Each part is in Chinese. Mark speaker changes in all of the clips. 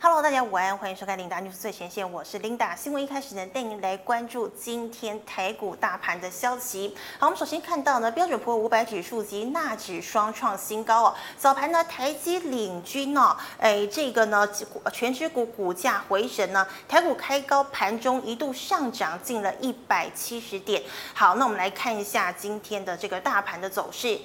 Speaker 1: Hello，大家午安，欢迎收看《琳达 news 最前线》，我是 Linda。新闻一开始呢，带您来关注今天台股大盘的消息。好，我们首先看到呢，标准普尔五百指数及纳指双创新高哦。早盘呢，台积领军哦，哎，这个呢，呃全指股股价回神呢，台股开高盘中一度上涨近了一百七十点。好，那我们来看一下今天的这个大盘的走势。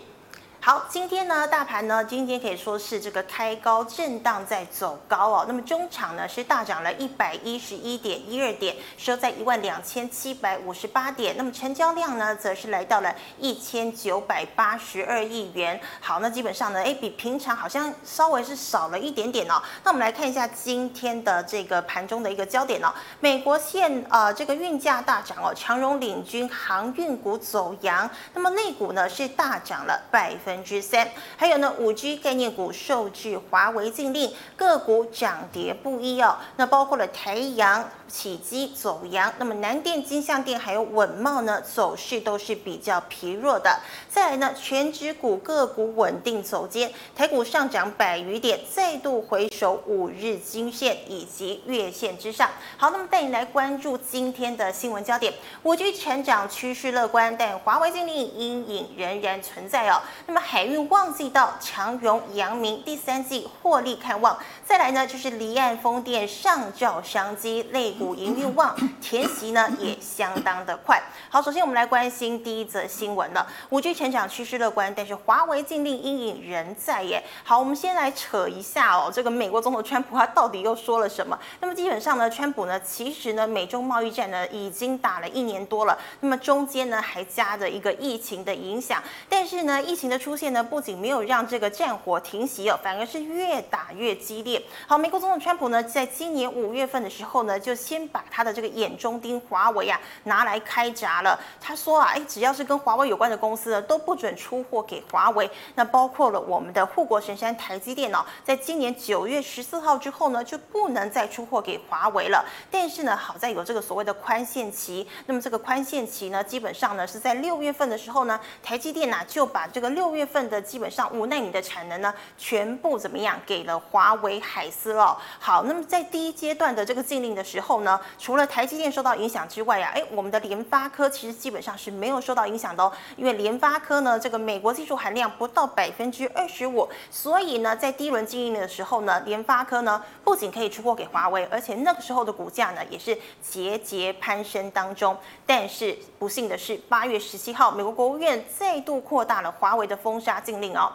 Speaker 1: 好，今天呢，大盘呢，今天可以说是这个开高震荡在走高哦。那么中场呢是大涨了一百一十一点一二点，收在一万两千七百五十八点。那么成交量呢，则是来到了一千九百八十二亿元。好，那基本上呢，哎，比平常好像稍微是少了一点点哦。那我们来看一下今天的这个盘中的一个焦点哦，美国现呃这个运价大涨哦，长荣领军航运股走阳，那么内股呢是大涨了百分。百分之三，还有呢，五 G 概念股受制华为禁令，个股涨跌不一哦。那包括了台阳、启基走阳，那么南电、金象电还有稳茂呢，走势都是比较疲弱的。再来呢，全指股个股稳定走坚，台股上涨百余点，再度回首五日均线以及月线之上。好，那么带你来关注今天的新闻焦点，五 G 成长趋势乐观，但华为禁令阴影仍然存在哦。那么海运旺季到，长荣、阳明第三季获利看望。再来呢，就是离岸风电上照商机，类股营运旺，填息呢也相当的快。好，首先我们来关心第一则新闻了，五 G 成长趋势乐观，但是华为禁令阴影仍在耶。好，我们先来扯一下哦，这个美国总统川普他到底又说了什么？那么基本上呢，川普呢，其实呢，美中贸易战呢已经打了一年多了，那么中间呢还加着一个疫情的影响，但是呢，疫情的出现呢，不仅没有让这个战火停息哦，反而是越打越激烈。好，美国总统川普呢，在今年五月份的时候呢，就先把他的这个眼中钉华为啊拿来开闸了。他说啊，哎，只要是跟华为有关的公司呢，都不准出货给华为。那包括了我们的护国神山台积电哦，在今年九月十四号之后呢，就不能再出货给华为了。但是呢，好在有这个所谓的宽限期。那么这个宽限期呢，基本上呢是在六月份的时候呢，台积电呐、啊、就把这个六月份的基本上五纳米的产能呢，全部怎么样给了华为海思哦。好，那么在第一阶段的这个禁令的时候呢，除了台积电受到影响之外呀、啊，哎，我们的联发科其实基本上是没有受到影响的哦，因为联发科呢，这个美国技术含量不到百分之二十五，所以呢，在第一轮禁令的时候呢，联发科呢不仅可以出货给华为，而且那个时候的股价呢也是节节攀升当中。但是不幸的是，八月十七号，美国国务院再度扩大了华为的封杀禁令哦。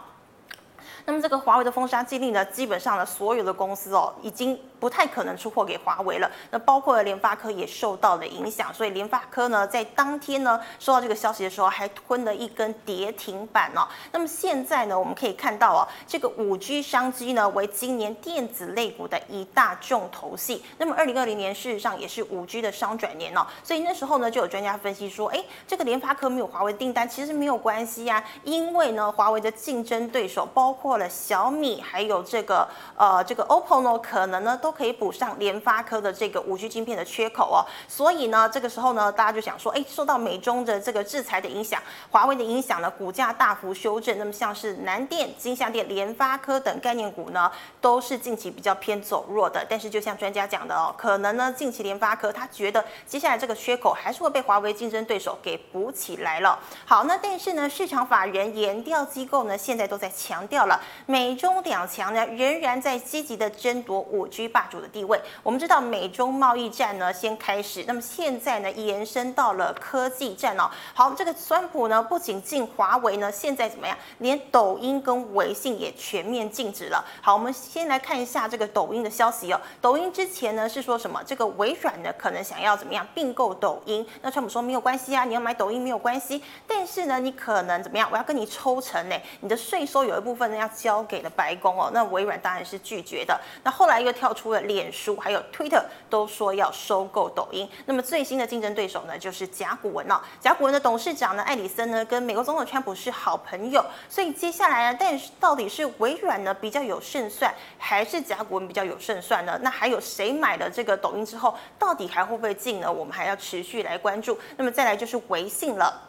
Speaker 1: 那么这个华为的封杀禁令呢，基本上呢，所有的公司哦，已经不太可能出货给华为了。那包括了联发科也受到了影响，所以联发科呢，在当天呢，收到这个消息的时候，还吞了一根跌停板哦。那么现在呢，我们可以看到哦，这个五 G 商机呢，为今年电子类股的一大重头戏。那么二零二零年事实上也是五 G 的商转年哦，所以那时候呢，就有专家分析说，哎，这个联发科没有华为订单，其实没有关系呀、啊，因为呢，华为的竞争对手包括。了小米还有这个呃这个 OPPO 呢，可能呢都可以补上联发科的这个五 G 晶片的缺口哦。所以呢，这个时候呢，大家就想说，哎，受到美中的这个制裁的影响，华为的影响呢，股价大幅修正。那么像是南电、金相电、联发科等概念股呢，都是近期比较偏走弱的。但是就像专家讲的哦，可能呢近期联发科他觉得接下来这个缺口还是会被华为竞争对手给补起来了。好，那但是呢，市场法人研调机构呢，现在都在强调了。美中两强呢，仍然在积极的争夺五 G 霸主的地位。我们知道美中贸易战呢先开始，那么现在呢延伸到了科技战哦。好，这个川普呢不仅禁华为呢，现在怎么样，连抖音跟微信也全面禁止了。好，我们先来看一下这个抖音的消息哦。抖音之前呢是说什么？这个微软呢可能想要怎么样并购抖音？那川普说没有关系啊，你要买抖音没有关系，但是呢你可能怎么样？我要跟你抽成呢，你的税收有一部分呢要。交给了白宫哦，那微软当然是拒绝的。那后来又跳出了脸书，还有 Twitter 都说要收购抖音。那么最新的竞争对手呢，就是甲骨文哦。甲骨文的董事长呢，艾里森呢，跟美国总统川普是好朋友，所以接下来呢，但是到底是微软呢比较有胜算，还是甲骨文比较有胜算呢？那还有谁买了这个抖音之后，到底还会不会进呢？我们还要持续来关注。那么再来就是微信了。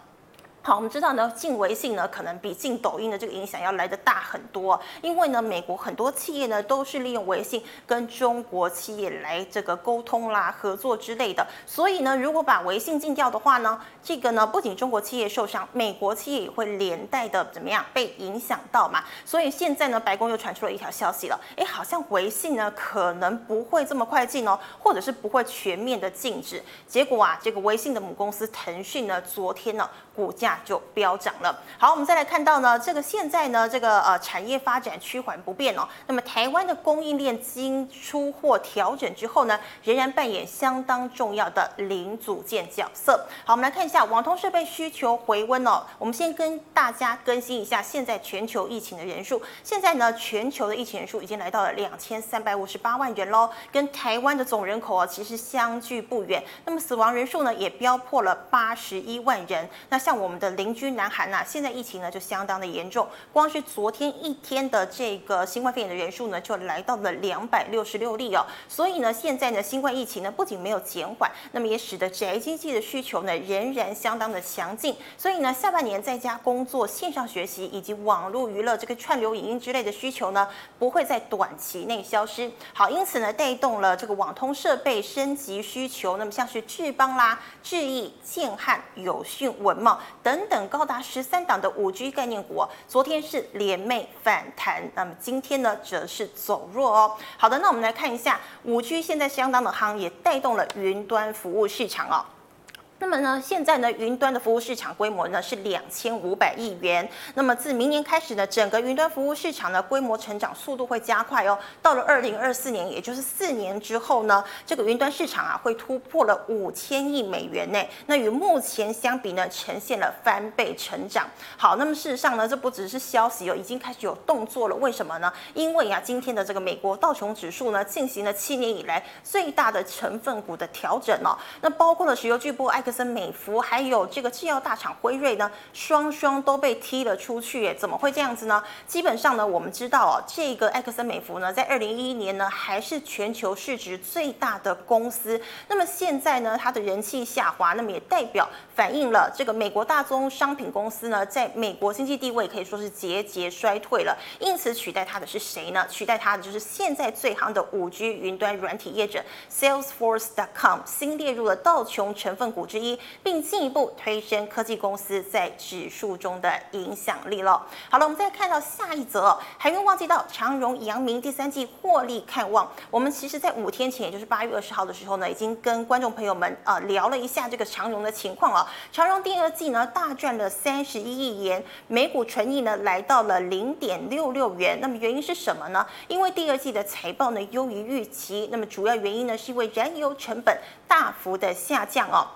Speaker 1: 好，我们知道呢，进微信呢，可能比进抖音的这个影响要来得大很多，哦因为呢，美国很多企业呢都是利用微信跟中国企业来这个沟通啦、合作之类的，所以呢，如果把微信禁掉的话呢，这个呢，不仅中国企业受伤，美国企业也会连带的怎么样被影响到嘛？所以现在呢，白宫又传出了一条消息了，哎，好像微信呢可能不会这么快禁哦，或者是不会全面的禁止。结果啊，这个微信的母公司腾讯呢，昨天呢股价。就飙涨了。好，我们再来看到呢，这个现在呢，这个呃产业发展趋缓不变哦。那么台湾的供应链经出货调整之后呢，仍然扮演相当重要的零组件角色。好，我们来看一下网通设备需求回温哦。我们先跟大家更新一下现在全球疫情的人数。现在呢，全球的疫情人数已经来到了两千三百五十八万人喽，跟台湾的总人口啊其实相距不远。那么死亡人数呢也飙破了八十一万人。那像我们的邻居南韩呐、啊，现在疫情呢就相当的严重，光是昨天一天的这个新冠肺炎的人数呢，就来到了两百六十六例哦。所以呢，现在呢新冠疫情呢不仅没有减缓，那么也使得宅经济的需求呢仍然相当的强劲。所以呢，下半年在家工作、线上学习以及网络娱乐这个串流影音之类的需求呢，不会在短期内消失。好，因此呢，带动了这个网通设备升级需求。那么像是智邦啦、智易、建汉、友讯、文茂等。等等，高达十三档的五 G 概念股，哦昨天是联袂反弹，那么今天呢，则是走弱哦。好的，那我们来看一下五 G 现在相当的夯，也带动了云端服务市场哦。那么呢，现在呢，云端的服务市场规模呢是两千五百亿元。那么自明年开始呢，整个云端服务市场呢规模成长速度会加快哦。到了二零二四年，也就是四年之后呢，这个云端市场啊会突破了五千亿美元呢。那与目前相比呢，呈现了翻倍成长。好，那么事实上呢，这不只是消息哦，已经开始有动作了。为什么呢？因为啊，今天的这个美国道琼指数呢，进行了七年以来最大的成分股的调整哦。那包括了石油巨波埃克。森美孚还有这个制药大厂辉瑞呢，双双都被踢了出去，耶，怎么会这样子呢？基本上呢，我们知道哦，这个埃克森美孚呢，在二零一一年呢，还是全球市值最大的公司。那么现在呢，它的人气下滑，那么也代表反映了这个美国大宗商品公司呢，在美国经济地位可以说是节节衰退了。因此，取代它的是谁呢？取代它的就是现在最夯的五 G 云端软体业者 Salesforce.com，新列入了道琼成分股之。一，并进一步推升科技公司在指数中的影响力了。好了，我们再看到下一则、哦，还没忘记到长荣、阳明第三季获利看望。我们其实在五天前，也就是八月二十号的时候呢，已经跟观众朋友们啊、呃、聊了一下这个长荣的情况啊、哦。长荣第二季呢大赚了三十一亿元，每股纯益呢来到了零点六六元。那么原因是什么呢？因为第二季的财报呢优于预期，那么主要原因呢是因为燃油成本大幅的下降哦。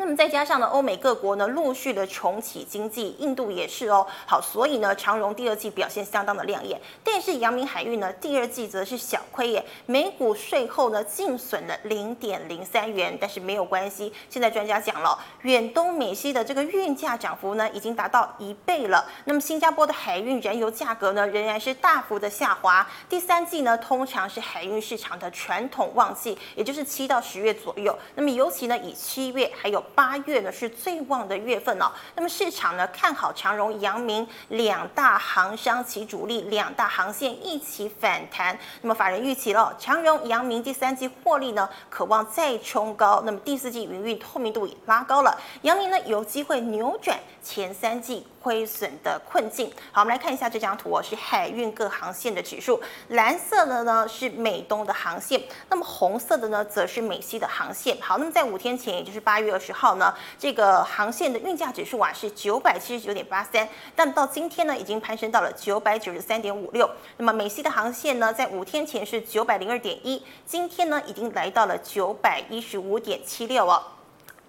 Speaker 1: 那么再加上呢，欧美各国呢陆续的重启经济，印度也是哦。好，所以呢，长荣第二季表现相当的亮眼，但是阳明海运呢第二季则是小亏耶，每股税后呢净损了零点零三元，但是没有关系。现在专家讲了，远东美西的这个运价涨幅呢已经达到一倍了，那么新加坡的海运燃油价格呢仍然是大幅的下滑。第三季呢通常是海运市场的传统旺季，也就是七到十月左右。那么尤其呢以七月还有八月呢是最旺的月份哦，那么市场呢看好长荣、阳明两大航商其主力，两大航线一起反弹。那么法人预期了，哦长荣、阳明第三季获利呢渴望再冲高，那么第四季营运透明度也拉高了，阳明呢有机会扭转前三季亏损的困境。好，我们来看一下这张图哦，是海运各航线的指数，蓝色的呢是美东的航线，那么红色的呢则是美西的航线。好，那么在五天前，也就是八月二十。号呢，这个航线的运价指数啊是九百七十九点八三，但到今天呢已经攀升到了九百九十三点五六。那么美西的航线呢，在五天前是九百零二点一，今天呢已经来到了九百一十五点七六哦。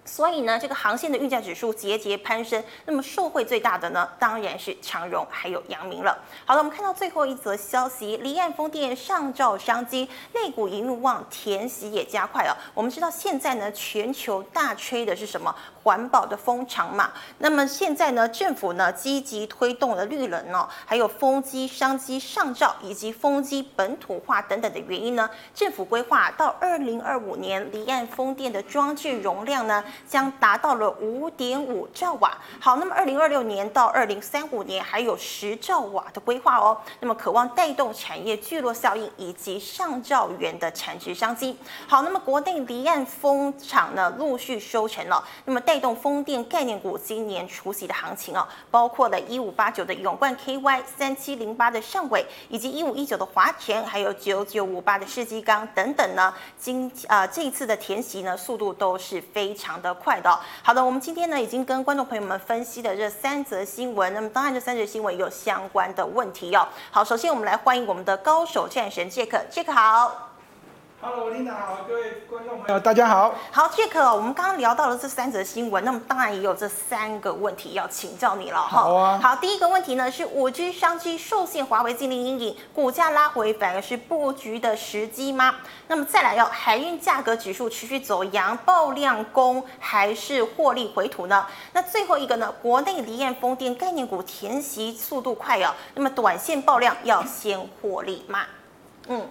Speaker 1: 所以呢，这个航线的运价指数节节攀升，那么受惠最大的呢，当然是长荣还有阳明了。好了，我们看到最后一则消息，离岸风电上照商机，内股一路望填息也加快哦。我们知道现在呢，全球大吹的是什么？环保的风场嘛。那么现在呢，政府呢积极推动了绿能哦，还有风机、商机上照以及风机本土化等等的原因呢，政府规划到二零二五年离岸风电的装置容量呢。将达到了五点五兆瓦。好，那么二零二六年到二零三五年还有十兆瓦的规划哦。那么渴望带动产业聚落效应以及上兆元的产值商机。好，那么国内离岸风场呢陆续收成了，那么带动风电概念股今年除夕的行情哦，包括了一五八九的永冠 KY、三七零八的上尾，以及一五一九的华晨，还有九九五八的世纪钢等等呢。今呃这一次的填息呢速度都是非常的快的哦、好的，我们今天呢已经跟观众朋友们分析的这三则新闻，那么当然这三则新闻有相关的问题哦。好，首先我们来欢迎我们的高手战神 Jack，Jack 好。
Speaker 2: Hello，琳达好，各位观众朋友，呃大家好。
Speaker 1: 好，Jack，哦我们刚刚聊到了这三则新闻，那么当然也有这三个问题要请教你了哈。
Speaker 2: 好啊
Speaker 1: 好，第一个问题呢是五 G 商机受限，华为禁令阴影，股价拉回反而是布局的时机吗？那么再来要海运价格指数持续走阳，爆量攻还是获利回吐呢？那最后一个呢，国内离岸风电概念股填息速度快哦，那么短线爆量要先获利嘛？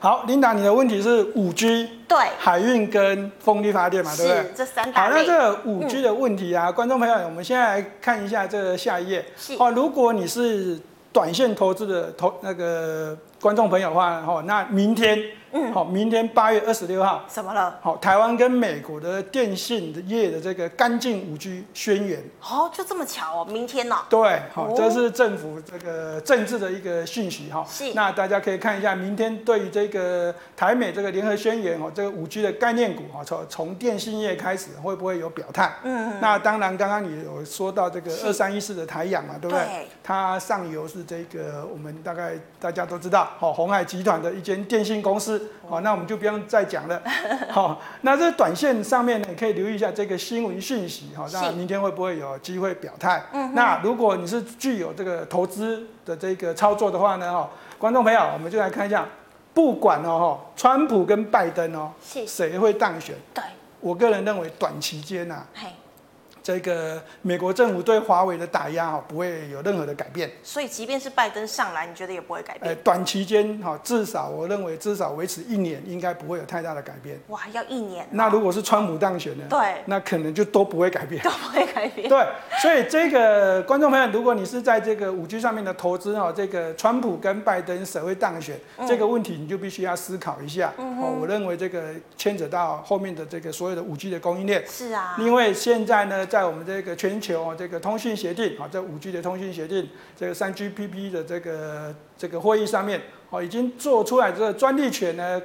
Speaker 2: 好，琳达，你的问题是五 G、
Speaker 1: 对，
Speaker 2: 海运跟风力发电嘛，对不
Speaker 1: 是嗯
Speaker 2: 对？
Speaker 1: 这三大
Speaker 2: 好，那
Speaker 1: 类。
Speaker 2: 这五 G 的问题啊，观众朋友，我们现在来看一下这个下一页。
Speaker 1: 是
Speaker 2: 哦，如果你是短线投资的投那个观众朋友的话，哦，那明天，
Speaker 1: 嗯
Speaker 2: 好，明天八月二十六号，
Speaker 1: 怎么了？
Speaker 2: 好，台湾跟美国的电信业的这个干净五 G 宣言，
Speaker 1: 哦，就这么巧哦，明天呢、
Speaker 2: 对，好
Speaker 1: 哦，
Speaker 2: 这是政府这个政治的一个讯息哈。
Speaker 1: 是
Speaker 2: 那大家可以看一下，明天对于这个台美这个联合宣言哦，这个五 G 的概念股哈，从从电信业开始会不会有表态？
Speaker 1: 嗯，
Speaker 2: 那当然，刚刚你有说到这个
Speaker 1: 是
Speaker 2: 二三一四的台阳嘛，对不对？
Speaker 1: 对，
Speaker 2: 它上游是这个我们大概大家都知道，哦，红海集团的一间电信公司，哦，那我们就不用再讲了。 好、那这短线上面呢，可以留意一下这个新闻讯息，哈、
Speaker 1: 是
Speaker 2: 那明天会不会有机会表态？
Speaker 1: 嗯哼
Speaker 2: 那如果你是具有这个投资的这个操作的话呢，哦，观众朋友，我们就来看一下，不管哦，哦川普跟拜登哦，
Speaker 1: 是，
Speaker 2: 谁会当选？
Speaker 1: 对，
Speaker 2: 我个人认为，短期间呐、啊，
Speaker 1: 嘿，
Speaker 2: 这个美国政府对华为的打压哦，不会有任何的改变。
Speaker 1: 所以即便是拜登上来，你觉得也不会改
Speaker 2: 呃
Speaker 1: 变？，
Speaker 2: 短期间哈，至少我认为至少维持一年，应该不会有太大的改变。
Speaker 1: 哇，要一年 哦、
Speaker 2: 那如果是川普当选呢？
Speaker 1: 对
Speaker 2: 那可能就都不会改变。
Speaker 1: 都不会改变，
Speaker 2: 对，所以这个观众朋友，如果你是在这个五 G 上面的投资哦哈，这个川普跟拜登谁会当选、
Speaker 1: 嗯
Speaker 2: 这个问题，你就必须要思考一下。
Speaker 1: 嗯
Speaker 2: 哦，我认为这个牵扯到后面的这个所有的五 G 的供应链。
Speaker 1: 是啊，
Speaker 2: 因为现在呢，在我们这个全球哦这个通讯协定啊，这五 G 的通讯协定，这个三 GPP 的这个这个会议上面哦，已经做出来这个专利权呢，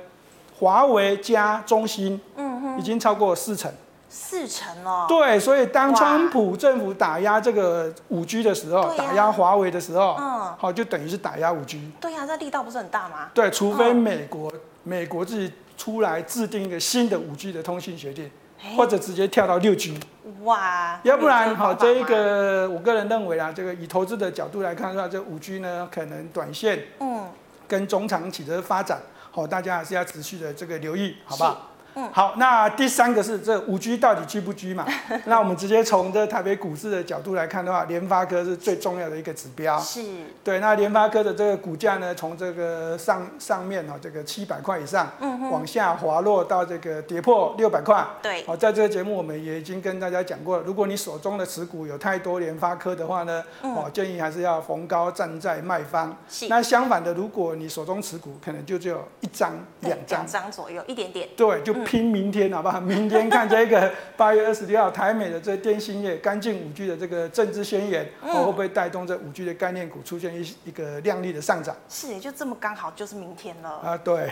Speaker 2: 华为加中兴
Speaker 1: 嗯哼，
Speaker 2: 已经超过四成。
Speaker 1: 四成哦，
Speaker 2: 对，所以当
Speaker 1: 哇
Speaker 2: 川普政府打压这个五 G 的时候，
Speaker 1: 对呀
Speaker 2: 打压华为的时候，
Speaker 1: 嗯，
Speaker 2: 好、就等于是打压五 G。
Speaker 1: 对呀、这力道不是很大吗？
Speaker 2: 对，除非
Speaker 1: 嗯
Speaker 2: 美国、美国自己出来制定一个新的五 G 的通信协定，
Speaker 1: 哎
Speaker 2: 或者直接跳到六 G。
Speaker 1: 哇，
Speaker 2: 哦要不
Speaker 1: 有
Speaker 2: 然
Speaker 1: 个
Speaker 2: 哈，
Speaker 1: 方法吗
Speaker 2: 这一个我个人认为啊，这个以投资的角度来看的话，这五 G 呢，可能短线
Speaker 1: 嗯，
Speaker 2: 跟中长期的发展，好，大家还是要持续的这个留意，好不好？
Speaker 1: 嗯
Speaker 2: 好，那第三个是这五 G 到底居不 居嘛？那我们直接从这台北股市的角度来看的话，联发科是最重要的一个指标。
Speaker 1: 是，
Speaker 2: 对，那联发科的这个股价呢，从这个上上面哦，这个七百块以上
Speaker 1: 嗯哼，
Speaker 2: 往下滑落到这个跌破六百块，
Speaker 1: 对，
Speaker 2: 好，在这个节目我们也已经跟大家讲过了，如果你手中的持股有太多联发科的话呢，
Speaker 1: 嗯
Speaker 2: 哦，建议还是要逢高站在卖方。
Speaker 1: 是，
Speaker 2: 那相反的，如果你手中持股可能就只有一张、
Speaker 1: 对
Speaker 2: 两张
Speaker 1: 两，张嗯左右，一点点，
Speaker 2: 对，就拼明天好不好？明天看这个 八月二十六号台美的这电信业干净五 G 的这个政治宣言，
Speaker 1: 嗯
Speaker 2: 哦，会不会带动这五 G 的概念股出现一一个亮丽的上涨？
Speaker 1: 是，就这么刚好就是明天 了，
Speaker 2: 啊，对。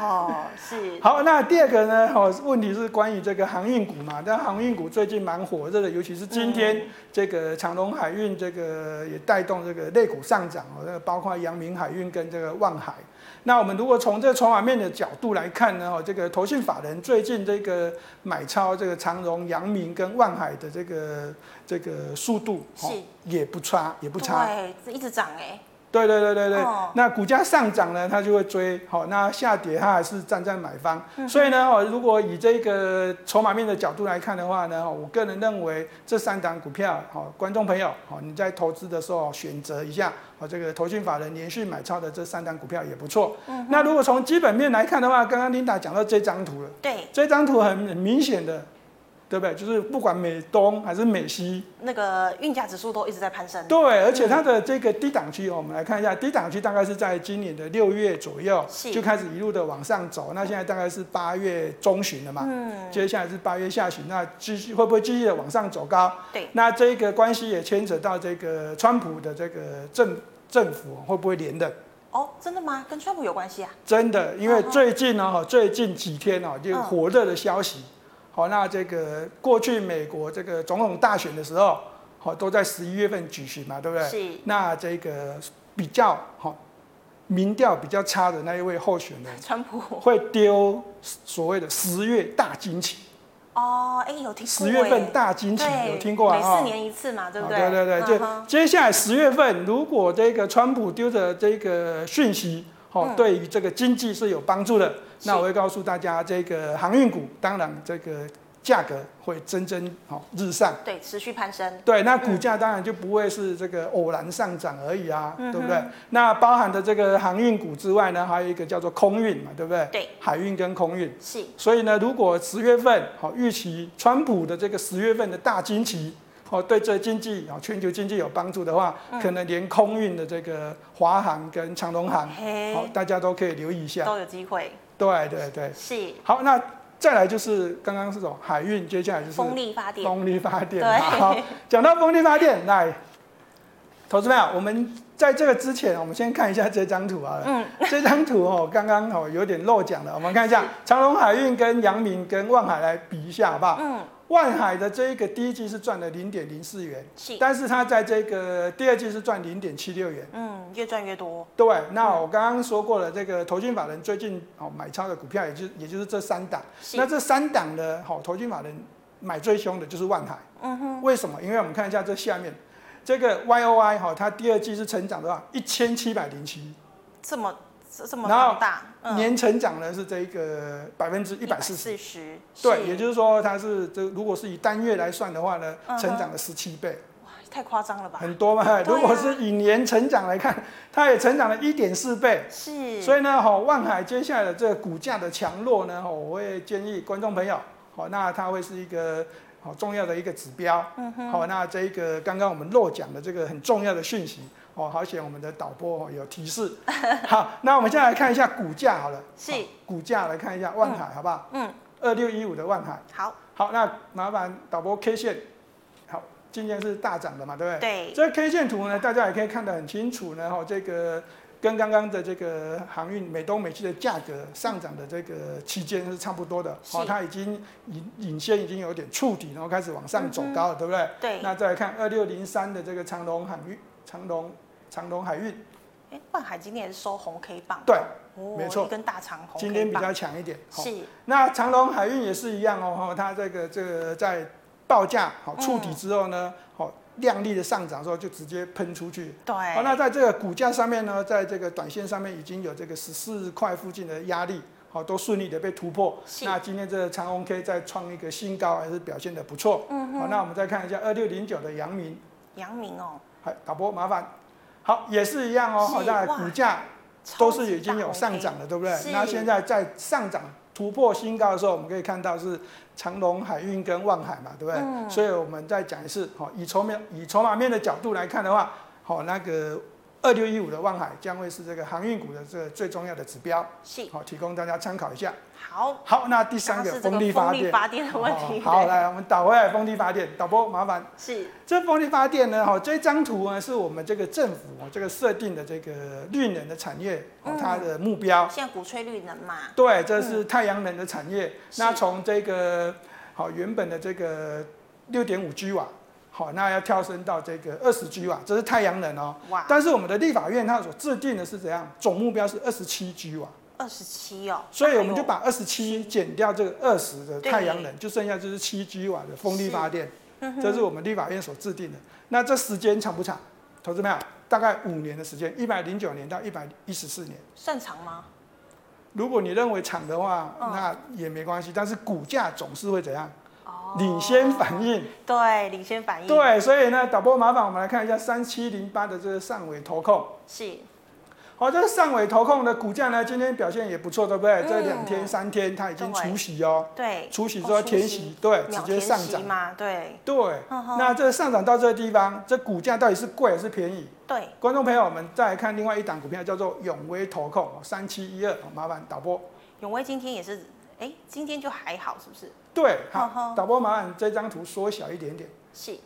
Speaker 1: 哦，是，
Speaker 2: 好，那第二个呢？哦，问题是关于这个航运股嘛。但航运股最近蛮火热的，尤其是今天这个长隆海运这个也带动这个类股上涨哦，那个包括阳明海运跟这个万海。那我们如果从这个筹码面的角度来看呢，哦，这个投信法人最近这个买超这个长荣、阳明跟万海的这个这个速度，哦
Speaker 1: 是
Speaker 2: 也不差，也不差。
Speaker 1: 对，这一直涨哎、
Speaker 2: 对对对对对，
Speaker 1: 哦
Speaker 2: 那股价上涨呢，它就会追，好、那下跌它还是站在买方，
Speaker 1: 嗯
Speaker 2: 所以呢，哦，如果以这个筹码面的角度来看的话呢，哦我个人认为这三档股票，好、观众朋友，好、你在投资的时候选择一下，好、这个投信法人连续买超的这三档股票也不错。
Speaker 1: 嗯
Speaker 2: 那如果从基本面来看的话，刚刚琳达讲到这张图了，
Speaker 1: 对，
Speaker 2: 这张图很很明显的，对不对？就是不管美东还是美西，
Speaker 1: 那个运价指数都一直在攀升。
Speaker 2: 对，而且它的这个低档区哦，我们来看一下，低档区大概是在今年的六月左右
Speaker 1: 是
Speaker 2: 就开始一路的往上走，那现在大概是八月中旬了嘛，嗯，接下来是八月下旬，那继续会不会继续的往上走高？
Speaker 1: 对，
Speaker 2: 那这个关系也牵扯到这个川普的这个政政府会不会连任？
Speaker 1: 哦，真的吗？跟川普有关系啊？
Speaker 2: 真的，因为
Speaker 1: 嗯哼
Speaker 2: 最近呢、哦，最近几天哦，就
Speaker 1: 嗯
Speaker 2: 火热的消息。好、那这个过去美国这个总统大选的时候，好、都在十一月份举行嘛，对不对？
Speaker 1: 是
Speaker 2: 那这个比较好、民调比较差的那一位候选 人，
Speaker 1: 川普
Speaker 2: 会丢所谓的十月大惊奇，
Speaker 1: 哦，哎、有听过
Speaker 2: 十月份
Speaker 1: 哎
Speaker 2: 大惊奇
Speaker 1: 对
Speaker 2: 有听过啊？
Speaker 1: 每
Speaker 2: 哦
Speaker 1: 四年一次嘛，对不对？
Speaker 2: 哦对对对，
Speaker 1: 嗯哼
Speaker 2: 就接下来十月份，如果这个川普丢的这个讯息，哦，
Speaker 1: 嗯
Speaker 2: 对于这个经济是有帮助的，
Speaker 1: 是
Speaker 2: 那我会告诉大家，这个航运股当然这个价格会蒸蒸哦日上。
Speaker 1: 对，持续攀升。
Speaker 2: 对，那股价当然就不会是这个偶然上涨而已啊，
Speaker 1: 嗯哼
Speaker 2: 对不对？那包含的这个航运股之外呢，还有一个叫做空运嘛，对不对？
Speaker 1: 对，
Speaker 2: 海运跟空运。
Speaker 1: 是
Speaker 2: 所以呢，如果十月份好预期川普的这个十月份的大惊奇，哦，对这经济哦全球经济有帮助的话，
Speaker 1: 嗯
Speaker 2: 可能连空运的这个华航跟长龙航，
Speaker 1: 嘿
Speaker 2: 好、大家都可以留意一下。
Speaker 1: 都有机会。
Speaker 2: 对对对，
Speaker 1: 是
Speaker 2: 好，那再来就是刚刚是种海运，接下来就是
Speaker 1: 风力发电，
Speaker 2: 风力发电。
Speaker 1: 对
Speaker 2: 好，讲到风力发电，来，投资朋友，我们在这个之前，我们先看一下这张图啊。 嗯，这张图哦，刚刚哦有点漏讲了，我们看一下长隆海运跟阳明跟万海来比一下，好不好？
Speaker 1: 嗯，
Speaker 2: 万海的这一个第一季是赚了零点零四元，
Speaker 1: 是
Speaker 2: 但是它在这个第二季是赚零点七六元。
Speaker 1: 嗯，越赚越多。
Speaker 2: 对，那我刚刚说过了，这个投信法人最近哦买超的股票，也就也就是这三档。
Speaker 1: 是
Speaker 2: 那这三档呢，好、投信法人买最凶的就是万海。
Speaker 1: 嗯哼，
Speaker 2: 为什么？因为我们看一下这下面，这个 Y O Y 哈，它第二季是成长多少？一千七百零七，
Speaker 1: 这么这这么
Speaker 2: 然后
Speaker 1: 庞大，嗯，
Speaker 2: 年成长呢是这一个百分之一百四十。
Speaker 1: 四十，
Speaker 2: 对，
Speaker 1: 是
Speaker 2: 也就是说它是这如果是以单月来算的话呢，
Speaker 1: 嗯哼
Speaker 2: 成长了十七倍，
Speaker 1: 哇，太夸张了吧？
Speaker 2: 很多嘛。
Speaker 1: 对啊
Speaker 2: 如果是以年成长来看，它也成长了一点四倍。
Speaker 1: 是，
Speaker 2: 所
Speaker 1: 以
Speaker 2: 以呢，哈、万海接下来的这个股价的强弱呢，哈、我会建议观众朋友，好、那它会是一个好、重要的一个指标，
Speaker 1: 嗯哼，
Speaker 2: 好、那这一个刚刚我们漏讲的这个很重要的讯息，哦，好险我们的导播、哦、有 提示。好，那我们现在来看一下股价好了，
Speaker 1: 是
Speaker 2: 好股价来看一下万海好不好？
Speaker 1: 嗯，
Speaker 2: 二六一五的万海，
Speaker 1: 好，
Speaker 2: 好，那麻烦导播 K 线，好，今天是大涨的嘛，对不对？
Speaker 1: 对，
Speaker 2: 这 K 线图呢，大家也可以看得很清楚呢，哈，这个跟刚刚的这个航运美东美西的价格上涨的这个期间是差不多的，
Speaker 1: 是
Speaker 2: 哦，它已经引引线已经有点触底，然后开始往上走高了，对不对？
Speaker 1: 嗯对，
Speaker 2: 那再来看二六零三的这个长隆海运，长隆长隆海运，
Speaker 1: 哎，万海今天也是收红 K 棒，
Speaker 2: 对，
Speaker 1: 哦
Speaker 2: 没错
Speaker 1: 一根大长红
Speaker 2: 今天
Speaker 1: K
Speaker 2: 比
Speaker 1: 棒，
Speaker 2: 较强一点，哦
Speaker 1: 是，
Speaker 2: 那长隆海运也是一样哦，哈，它这个这个在报价好
Speaker 1: 嗯
Speaker 2: 触底之后呢，好亮丽的上涨之后就直接喷出去，好、
Speaker 1: 对，
Speaker 2: 那在这个股价上面呢，在这个短线上面已经有这个十四块附近的压力，好、都顺利的被突破。
Speaker 1: 是
Speaker 2: 那今天这个长虹 K 再创一个新高，还是表现的不错。
Speaker 1: 嗯
Speaker 2: 好、那我们再看一下二六零九的阳明，
Speaker 1: 阳明哦，
Speaker 2: 好，导播麻烦。好，也是一样哦，好，
Speaker 1: 是
Speaker 2: 那
Speaker 1: 哇
Speaker 2: 股价
Speaker 1: 超
Speaker 2: 都
Speaker 1: 级
Speaker 2: 是已经
Speaker 1: 大
Speaker 2: 有
Speaker 1: 红
Speaker 2: 上
Speaker 1: K
Speaker 2: 涨了，对不对
Speaker 1: 是？
Speaker 2: 那现在在上涨突破新高的时候，我们可以看到是长隆海运跟万海嘛，对不对？
Speaker 1: 嗯
Speaker 2: 所以我们再讲一次，好，以筹面以筹码面的角度来看的话，好，那个二六一五的万海将会是这个航运股的这个最重要的指标，
Speaker 1: 是
Speaker 2: 好，提供大家参考一下。
Speaker 1: 好，
Speaker 2: 好，那第三
Speaker 1: 刚
Speaker 2: 个
Speaker 1: 刚是这个
Speaker 2: 风力发
Speaker 1: 风力
Speaker 2: 电。哦
Speaker 1: 发电的问题，
Speaker 2: 好，好
Speaker 1: 对
Speaker 2: 来，我们倒回来风力发电，导播麻烦。
Speaker 1: 是
Speaker 2: 这风力发电呢，哈，这张图呢是我们这个政府哦这个设定的这个绿能的产业哦
Speaker 1: 嗯
Speaker 2: 它的目标。
Speaker 1: 现在鼓吹绿能嘛，
Speaker 2: 对，这是太阳能的产业。
Speaker 1: 嗯是
Speaker 2: 那从这个好原本的这个六点五 G 瓦，好，那要跳升到这个二十 G 瓦，这是太阳能哦。
Speaker 1: 哇，
Speaker 2: 但是我们的立法院它所制定的是怎样？总目标是二十七 G 瓦，
Speaker 1: 二十七哦，
Speaker 2: 所以我们就
Speaker 1: 哎呦
Speaker 2: 把二十七减掉这个二十的
Speaker 1: 对
Speaker 2: 太阳能，就剩下就是七 G 瓦的风力发电。
Speaker 1: 嗯哼
Speaker 2: 这是我们立法院所制定的。那这时间长不长？投资朋友，大概五年的时间，一百零九年到一百一十四年。
Speaker 1: 算长吗？
Speaker 2: 如果你认为长的话，
Speaker 1: 嗯
Speaker 2: 那也没关系。但是股价总是会怎样？
Speaker 1: 哦
Speaker 2: 领先反应。
Speaker 1: 对，领先反应，，
Speaker 2: 对，所以呢，导播麻烦我们来看一下三七零八的这个上尾投控。
Speaker 1: 是
Speaker 2: 好、哦这个上尾投控的股价呢，今天表现也不错，对不对？这两天、
Speaker 1: 嗯
Speaker 2: 三天它已经
Speaker 1: 对
Speaker 2: 除息哦，
Speaker 1: 对，
Speaker 2: 除息之
Speaker 1: 哦
Speaker 2: 后
Speaker 1: 除
Speaker 2: 填
Speaker 1: 息
Speaker 2: 息，对，直
Speaker 1: 秒
Speaker 2: 接
Speaker 1: 填
Speaker 2: 上
Speaker 1: 息
Speaker 2: 涨。
Speaker 1: 嘛，嗯对，
Speaker 2: 对，
Speaker 1: 呵呵
Speaker 2: 那这上涨到这个地方，这股价到底是贵还是便宜？
Speaker 1: 对，
Speaker 2: 观众朋友，我们再来看另外一档股票，叫做永威投控哦三七一二，麻烦导播。
Speaker 1: 永威今天也是，哎，今天就还好，是不是？
Speaker 2: 对，
Speaker 1: 嗯哼
Speaker 2: 好，导播麻烦这张图缩小一点点，
Speaker 1: 是，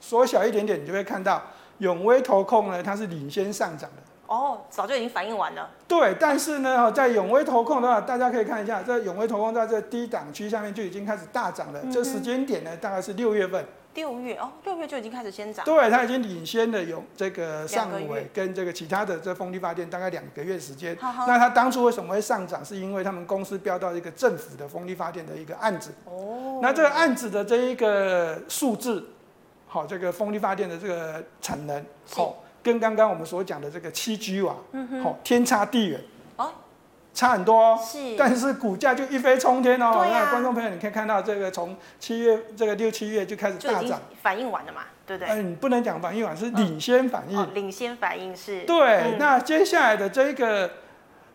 Speaker 2: 缩小一点点，你就会看到永威投控呢，它是领先上涨的。
Speaker 1: 哦，早就已经反应完了，
Speaker 2: 对，但是呢，哈在永威投控的话，大家可以看一下，这永威投控在这低档区下面就已经开始大涨了。
Speaker 1: 嗯哼
Speaker 2: 这时间点呢，大概是六月份，
Speaker 1: 六月哦，六月就已经开始先涨，
Speaker 2: 对，它已经领先了永这个上
Speaker 1: 两个
Speaker 2: 尾
Speaker 1: 月
Speaker 2: 跟这个其他的这风力发电大概两个月时间。
Speaker 1: 哈哈，
Speaker 2: 那它当初为什么会上涨？是因为他们公司标到一个政府的风力发电的一个案子。
Speaker 1: 哦，
Speaker 2: 那这个啊案子的这一个数字，好、这个风力发电的这个产能，
Speaker 1: 是
Speaker 2: 好、跟刚刚我们所讲的这个七 G 瓦，好、
Speaker 1: 嗯
Speaker 2: 天差地远，
Speaker 1: 哦，
Speaker 2: 差很多哦。
Speaker 1: 是，
Speaker 2: 但是股价就一飞冲天哦。
Speaker 1: 对啊
Speaker 2: 那观众朋友，你可以看到这个从七月这个六七月就开始
Speaker 1: 就
Speaker 2: 大
Speaker 1: 已经
Speaker 2: 涨，
Speaker 1: 反应完了嘛，对不对？
Speaker 2: 嗯、你不能讲反应晚，是领先反应。
Speaker 1: 哦，领先反应是，
Speaker 2: 对，
Speaker 1: 嗯
Speaker 2: 那接下来的这个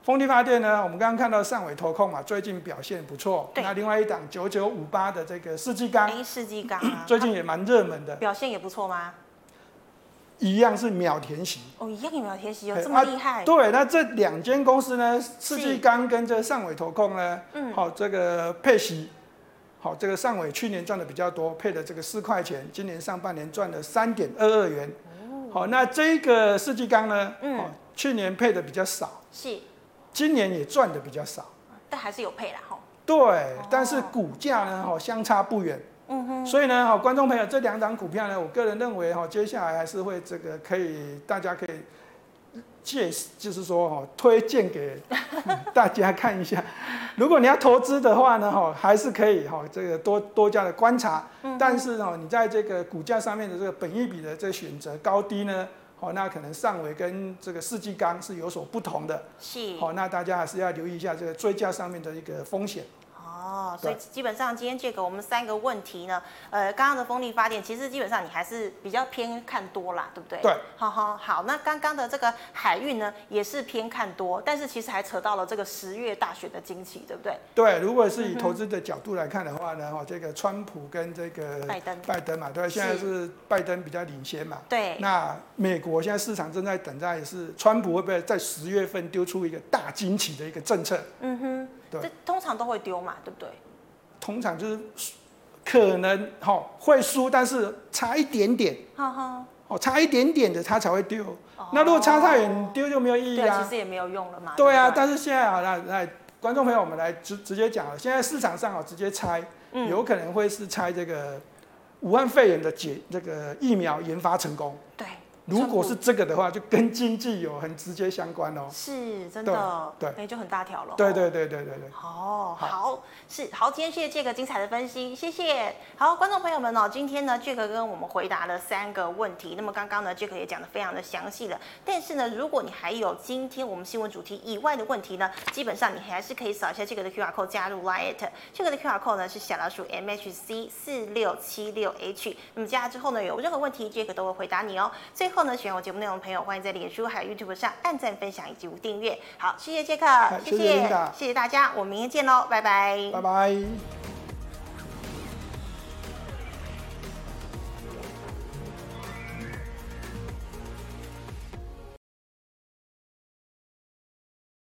Speaker 2: 风力发电呢，我们刚刚看到上尾投控嘛，最近表现不错。
Speaker 1: 对
Speaker 2: 那另外一档九九五八的这个世纪钢，
Speaker 1: 哎，世纪钢啊，
Speaker 2: 嗯最近也蛮热门的，
Speaker 1: 表现也不错吗？
Speaker 2: 一样是秒填息。
Speaker 1: 哦，一样有秒填息哦，
Speaker 2: 哎
Speaker 1: 这么
Speaker 2: 啊
Speaker 1: 厉害，
Speaker 2: 对，那这两间公司呢，世纪钢跟这上尾投控呢，
Speaker 1: 嗯，
Speaker 2: 好、这个配息，好、这个上尾去年赚的比较多，配了这个四块钱，今年上半年赚了三点二二元。好、那这个世纪钢呢，
Speaker 1: 哦嗯
Speaker 2: 哦，去年配的比较少，
Speaker 1: 是，
Speaker 2: 今年也赚的比较少。
Speaker 1: 但还是有配啦，吼，
Speaker 2: 对，
Speaker 1: 哦
Speaker 2: 但是股价呢，哈、相差不远。
Speaker 1: 嗯哼，
Speaker 2: 所以呢，哈、观众朋友，这两档股票呢，我个人认为哈、接下来还是会这个可以，大家可以借，就是说哈、推荐给嗯大家看一下。 如果你要投资的话呢，哈、还是可以哈、这个多多加的观察。
Speaker 1: 嗯哼
Speaker 2: 但是呢、你在这个股价上面的这个本益比的这个选择高低呢，哦，那可能上尾跟这个世纪钢是有所不同的。
Speaker 1: 是，
Speaker 2: 好、那大家还是要留意一下这个追价上面的一个风险。
Speaker 1: 哦，所以基本上今天这个我们三个问题呢，呃，刚刚的风力发电其实基本上你还是比较偏看多啦，对不对？
Speaker 2: 对，
Speaker 1: 好好好，那刚刚的这个海运呢也是偏看多，但是其实还扯到了这个十月大选的惊奇，对不对？
Speaker 2: 对，如果
Speaker 1: 嗯
Speaker 2: 是以投资的角度来看的话呢，哈、这个川普跟这个
Speaker 1: 拜登
Speaker 2: 拜登嘛，对，现在是拜登比较领先嘛。
Speaker 1: 对，
Speaker 2: 那美国现在市场正在等待是川普会不会在十月份丢出一个大惊奇的一个政策？
Speaker 1: 嗯哼，
Speaker 2: 对
Speaker 1: 这通常都会丢嘛，对不对？
Speaker 2: 通常就是可能哈、会输，但是差一点点
Speaker 1: 哈哈，
Speaker 2: 哦，差一点点的他才会丢。
Speaker 1: 哦
Speaker 2: 那如果差太远你丢就没有意义
Speaker 1: 对，
Speaker 2: 啊。
Speaker 1: 其实也没有用了嘛。
Speaker 2: 对啊，
Speaker 1: 不
Speaker 2: 但是现在啊，来来，观众朋友，我们来直直接讲了，现在市场上啊，直接猜，
Speaker 1: 嗯
Speaker 2: 有可能会是猜这个武汉肺炎的解这个疫苗研发成功。
Speaker 1: 对，
Speaker 2: 如果是这个的话，就跟经济有很直接相关哦。
Speaker 1: 是真的，哦哎
Speaker 2: 对
Speaker 1: 那就很大条了。
Speaker 2: 对。对对对对对。
Speaker 1: 哦，
Speaker 2: 好
Speaker 1: 好，是好，今天谢谢这个精彩的分析，谢谢。好，观众朋友们哦，今天呢，这个跟我们回答了三个问题，那么刚刚呢，这个也讲的非常的详细了。但是呢，如果你还有今天我们新闻主题以外的问题呢，基本上你还是可以扫一下这个的 QR code 加入 Line，这个的 QR code 呢是小老鼠 MHC 四六七六 H，那么加了之后呢，有任何问题，这个都会回答你哦。最后呢，喜欢我节目内容的朋友，欢迎在脸书还有 YouTube 上按赞、分享以及无订阅。好，谢谢杰克，
Speaker 2: 谢谢
Speaker 1: 谢
Speaker 2: Linda
Speaker 1: 谢谢大家，我们明天见喽，拜拜。
Speaker 2: 拜拜。